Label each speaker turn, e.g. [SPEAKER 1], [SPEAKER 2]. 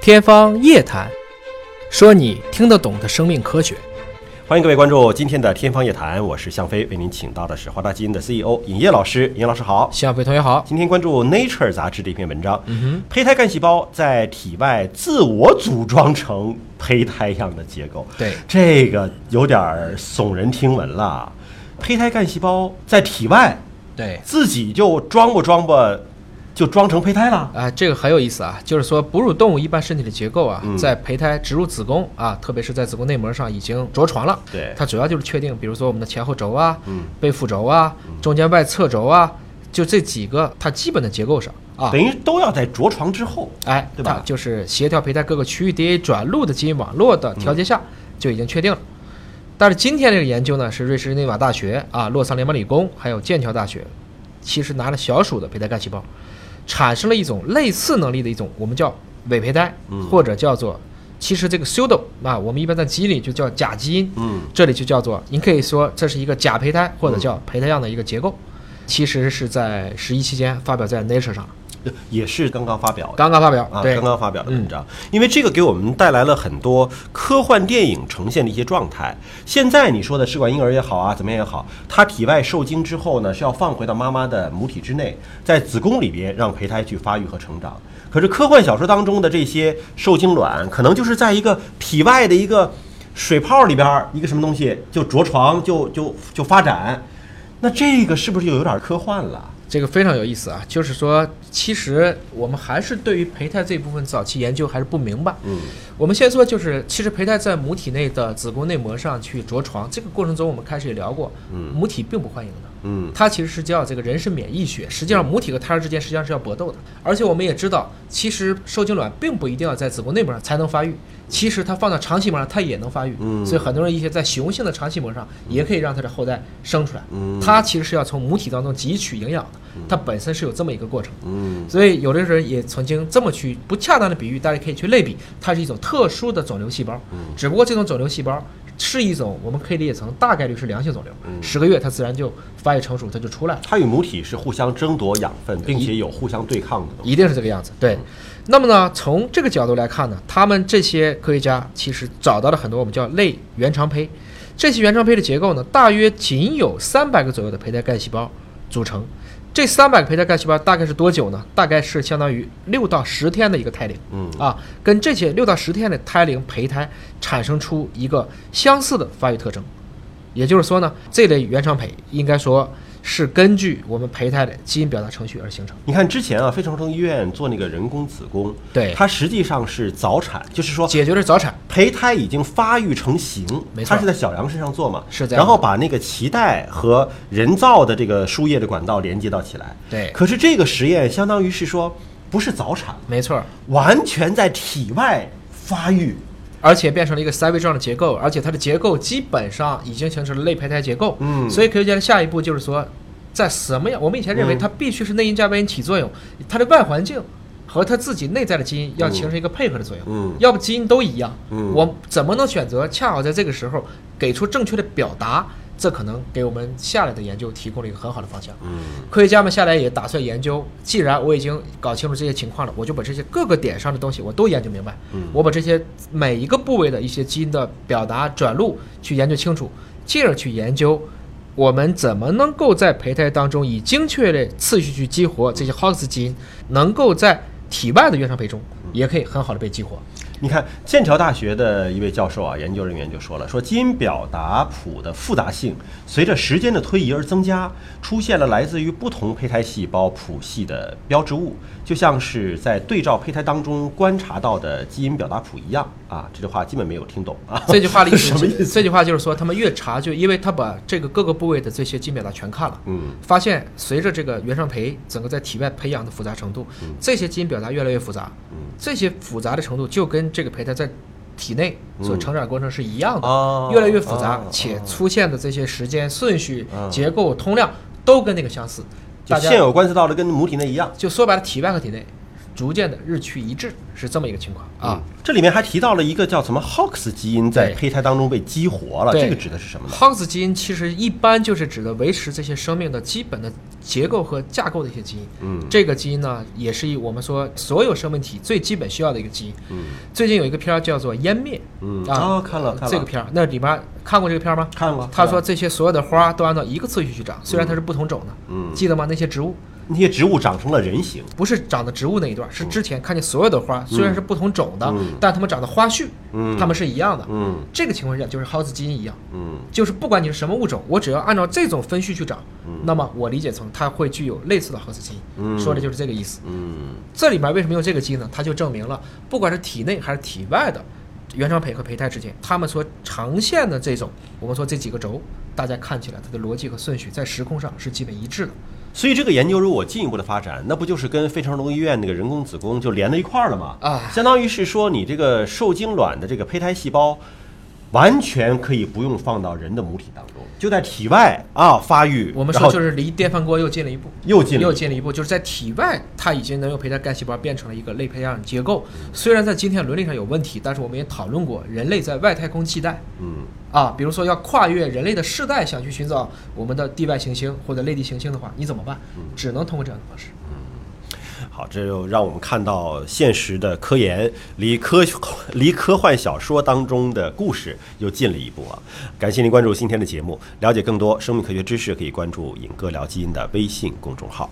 [SPEAKER 1] 天方夜谭，说你听得懂的生命科学。
[SPEAKER 2] 欢迎各位关注今天的《天方夜谭》，我是向飞，为您请到的是华大基因的 CEO 尹烨老师。尹老师好，
[SPEAKER 1] 小北同学好，
[SPEAKER 2] 今天关注《Nature》杂志的一篇文章，胚胎干细胞在体外自我组装成胚胎样的结构，
[SPEAKER 1] 对
[SPEAKER 2] 这个有点儿耸人听闻了。胚胎干细胞在体外
[SPEAKER 1] 对
[SPEAKER 2] 自己就装不装吧，就装成胚胎了。
[SPEAKER 1] 啊、这个很有意思啊，就是说哺乳动物一般身体的结构啊，
[SPEAKER 2] 嗯
[SPEAKER 1] 在胚胎植入子宫啊，特别是在子宫内膜上已经着床了。
[SPEAKER 2] 对
[SPEAKER 1] 它主要就是确定，比如说我们的前后轴啊、
[SPEAKER 2] 嗯
[SPEAKER 1] 背腹轴啊、中间外侧轴啊，就这几个它基本的结构上啊。
[SPEAKER 2] 嗯等于都要在着床之后，
[SPEAKER 1] 哎，
[SPEAKER 2] 对吧
[SPEAKER 1] 它就是协调胚胎各个区域 DNA 转录的基因网络的调节下、
[SPEAKER 2] 嗯
[SPEAKER 1] 就已经确定了。但是今天这个研究呢，是瑞士内瓦大学啊、洛桑联邦理工还有剑桥大学，其实拿了小鼠的胚胎干细胞，产生了一种类似能力的一种，我们叫伪胚胎，
[SPEAKER 2] 嗯
[SPEAKER 1] 或者叫做其实这个 pseudo 啊，我们一般在基因里就叫假基因，
[SPEAKER 2] 嗯
[SPEAKER 1] 这里就叫做你可以说这是一个假胚胎或者叫胚胎样的一个结构，其实是在十一期间发表在 Nature 上，
[SPEAKER 2] 也是刚刚发表的。
[SPEAKER 1] 刚刚发表，
[SPEAKER 2] 啊，
[SPEAKER 1] 对，
[SPEAKER 2] 刚刚发表的文章，因为这个给我们带来了很多科幻电影呈现的一些状态。现在你说的试管婴儿也好啊，怎么样也好，它体外受精之后呢，是要放回到妈妈的母体之内，在子宫里边让胚胎去发育和成长。可是科幻小说当中的这些受精卵，可能就是在一个体外的一个水泡里边儿，一个什么东西就着床就就就发展，那这个是不是就有点科幻了？
[SPEAKER 1] 这个非常有意思啊，就是说，其实我们还是对于胚胎这部分早期研究还是不明白。
[SPEAKER 2] 嗯，
[SPEAKER 1] 我们先说，就是其实胚胎在母体内的子宫内膜上去着床，这个过程中我们开始也聊过，
[SPEAKER 2] 嗯
[SPEAKER 1] 母体并不欢迎的。
[SPEAKER 2] 嗯
[SPEAKER 1] 它其实是叫这个人是免疫学，实际上母体和胎儿之间实际上是要搏斗的。而且我们也知道，其实受精卵并不一定要在子宫内膜上才能发育，其实它放到肠系膜上它也能发育。
[SPEAKER 2] 嗯
[SPEAKER 1] 所以很多人一些在雄性的肠系膜上也可以让它的后代生出来。
[SPEAKER 2] 嗯
[SPEAKER 1] 它其实是要从母体当中汲取营养的，它本身是有这么一个过程。
[SPEAKER 2] 嗯
[SPEAKER 1] 所以有的人也曾经这么去不恰当的比喻，大家可以去类比，它是一种特殊的肿瘤细胞，只不过这种肿瘤细胞是一种我们可以理解成大概率是良性肿瘤，十个月它自然就发育成熟，它就出来了，
[SPEAKER 2] 它与母体是互相争夺养分，并且有互相对抗的东西。
[SPEAKER 1] 一定是这个样子。对，那么呢，从这个角度来看呢，他们这些科学家其实找到了很多我们叫类原肠胚，这些原肠胚的结构呢，大约仅有三百个左右的胚胎干细胞组成。这三百个胚胎干细胞大概是多久呢？大概是相当于六到十天的一个胎龄。
[SPEAKER 2] 嗯
[SPEAKER 1] 啊，跟这些六到十天的胎龄胚胎产生出一个相似的发育特征。也就是说呢，这类原肠胚应该说是根据我们胚胎的基因表达程序而形成。
[SPEAKER 2] 你看之前啊，非常儿童医院做那个人工子宫，
[SPEAKER 1] 对
[SPEAKER 2] 它实际上是早产，就是说
[SPEAKER 1] 解决了早产，
[SPEAKER 2] 胚胎已经发育成型
[SPEAKER 1] 没，错
[SPEAKER 2] 它是在小羊身上做嘛，
[SPEAKER 1] 是这样的
[SPEAKER 2] 然后把那个脐带和人造的这个输液的管道连接到起来。
[SPEAKER 1] 对
[SPEAKER 2] 可是这个实验相当于是说，不是早产，
[SPEAKER 1] 没错儿，
[SPEAKER 2] 完全在体外发育。
[SPEAKER 1] 而且变成了一个三维状的结构，而且它的结构基本上已经形成了类胚胎结构。
[SPEAKER 2] 嗯
[SPEAKER 1] 所以科学家的下一步就是说，在什么样？我们以前认为
[SPEAKER 2] 嗯
[SPEAKER 1] 它必须是内因加外因体作用，它的外环境和它自己内在的基因要
[SPEAKER 2] 嗯
[SPEAKER 1] 形成一个配合的作用。
[SPEAKER 2] 嗯
[SPEAKER 1] 要不基因都一样。
[SPEAKER 2] 嗯
[SPEAKER 1] 我怎么能选择恰好在这个时候给出正确的表达？这可能给我们下来的研究提供了一个很好的方向。
[SPEAKER 2] 嗯
[SPEAKER 1] 科学家们下来也打算研究，既然我已经搞清楚这些情况了，我就把这些各个点上的东西我都研究明白。
[SPEAKER 2] 嗯
[SPEAKER 1] 我把这些每一个部位的一些基因的表达转录去研究清楚，进而去研究我们怎么能够在胚胎当中以精确的次序去激活这些 HOX 基因，能够在体外的原生胚中
[SPEAKER 2] 嗯
[SPEAKER 1] 也可以很好的被激活。
[SPEAKER 2] 你看，剑桥大学的一位教授啊，研究人员就说了，说基因表达谱的复杂性随着时间的推移而增加，出现了来自于不同胚胎细胞谱系的标志物，就像是在对照胚胎当中观察到的基因表达谱一样啊。这句话基本没有听懂啊。
[SPEAKER 1] 这句话的意思
[SPEAKER 2] 什么意思？
[SPEAKER 1] 这句话就是说，他们越查就，因为他把这个各个部位的这些基因表达全看了，
[SPEAKER 2] 嗯，
[SPEAKER 1] 发现随着这个原上培整个在体外培养的复杂程度，
[SPEAKER 2] 嗯
[SPEAKER 1] 这些基因表达越来越复杂，这些复杂的程度就跟这个胚胎在体内所成长过程是一样的，
[SPEAKER 2] 哦
[SPEAKER 1] 越来越复杂，
[SPEAKER 2] 哦
[SPEAKER 1] 且出现的这些时间顺序、
[SPEAKER 2] 哦
[SPEAKER 1] 结构、通量都跟那个相似，
[SPEAKER 2] 就
[SPEAKER 1] 大家
[SPEAKER 2] 现有观测到的跟母体那一样。
[SPEAKER 1] 就说白了，体外和体内逐渐的日趋一致，是这么一个情况啊。
[SPEAKER 2] 这里面还提到了一个叫什么 Hox 基因在
[SPEAKER 1] 对
[SPEAKER 2] 胚胎当中被激活了，
[SPEAKER 1] 对
[SPEAKER 2] 这个指的是什么呢？
[SPEAKER 1] Hox 基因其实一般就是指的维持这些生命的基本的结构和架构的一些基因。
[SPEAKER 2] 嗯
[SPEAKER 1] 这个基因呢，也是以我们说所有生命体最基本需要的一个基因。
[SPEAKER 2] 嗯
[SPEAKER 1] 最近有一个片儿叫做《湮灭》
[SPEAKER 2] 嗯
[SPEAKER 1] 啊，
[SPEAKER 2] 啊，看了看了
[SPEAKER 1] 这个片儿，那里面看过这个片儿吗？
[SPEAKER 2] 看了，
[SPEAKER 1] 他
[SPEAKER 2] 看
[SPEAKER 1] 说
[SPEAKER 2] 了
[SPEAKER 1] 这些所有的花都按照一个次序去长，虽然它是不同种的，
[SPEAKER 2] 嗯
[SPEAKER 1] 记得吗？那些植物
[SPEAKER 2] 那些植物长成了人形，
[SPEAKER 1] 不是长的植物那一段，是之前看见所有的花虽然是不同种的，
[SPEAKER 2] 嗯
[SPEAKER 1] 但它们长的花序，
[SPEAKER 2] 嗯
[SPEAKER 1] 它们是一样的。
[SPEAKER 2] 嗯
[SPEAKER 1] 这个情况下就是 House 基因一样，
[SPEAKER 2] 嗯
[SPEAKER 1] 就是不管你是什么物种，我只要按照这种分序去长，那么我理解成它会具有类似的 House 基因，
[SPEAKER 2] 嗯
[SPEAKER 1] 说的就是这个意思。
[SPEAKER 2] 嗯
[SPEAKER 1] 这里面为什么用这个基因呢？它就证明了，不管是体内还是体外的原生胚和胚胎之间，它们所呈现的这种，我们说这几个轴，大家看起来它的逻辑和顺序在时空上是基本一致的。
[SPEAKER 2] 所以这个研究如果进一步的发展，那不就是跟费城儿农医院那个人工子宫就连在一块儿了吗？
[SPEAKER 1] 啊
[SPEAKER 2] 相当于是说你这个受精卵的这个胚胎细胞，完全可以不用放到人的母体当中，就在体外啊发育。
[SPEAKER 1] 我们
[SPEAKER 2] 然
[SPEAKER 1] 说
[SPEAKER 2] 后
[SPEAKER 1] 就是离电饭锅又近了一步，
[SPEAKER 2] 又进了一步
[SPEAKER 1] 又近了一步，就是在体外它已经能用胚胎干细胞变成了一个类培养结构。虽然在今天伦理上有问题，但是我们也讨论过人类在外太空系带。
[SPEAKER 2] 嗯
[SPEAKER 1] 啊，比如说要跨越人类的世代，想去寻找我们的地外行星或者类地行星的话，你怎么办？
[SPEAKER 2] 嗯
[SPEAKER 1] 只能通过这样的方式。
[SPEAKER 2] 好，这就让我们看到现实的科研离科离科幻小说当中的故事又近了一步啊！感谢您关注今天的节目，了解更多生命科学知识可以关注“尹哥聊基因”的微信公众号。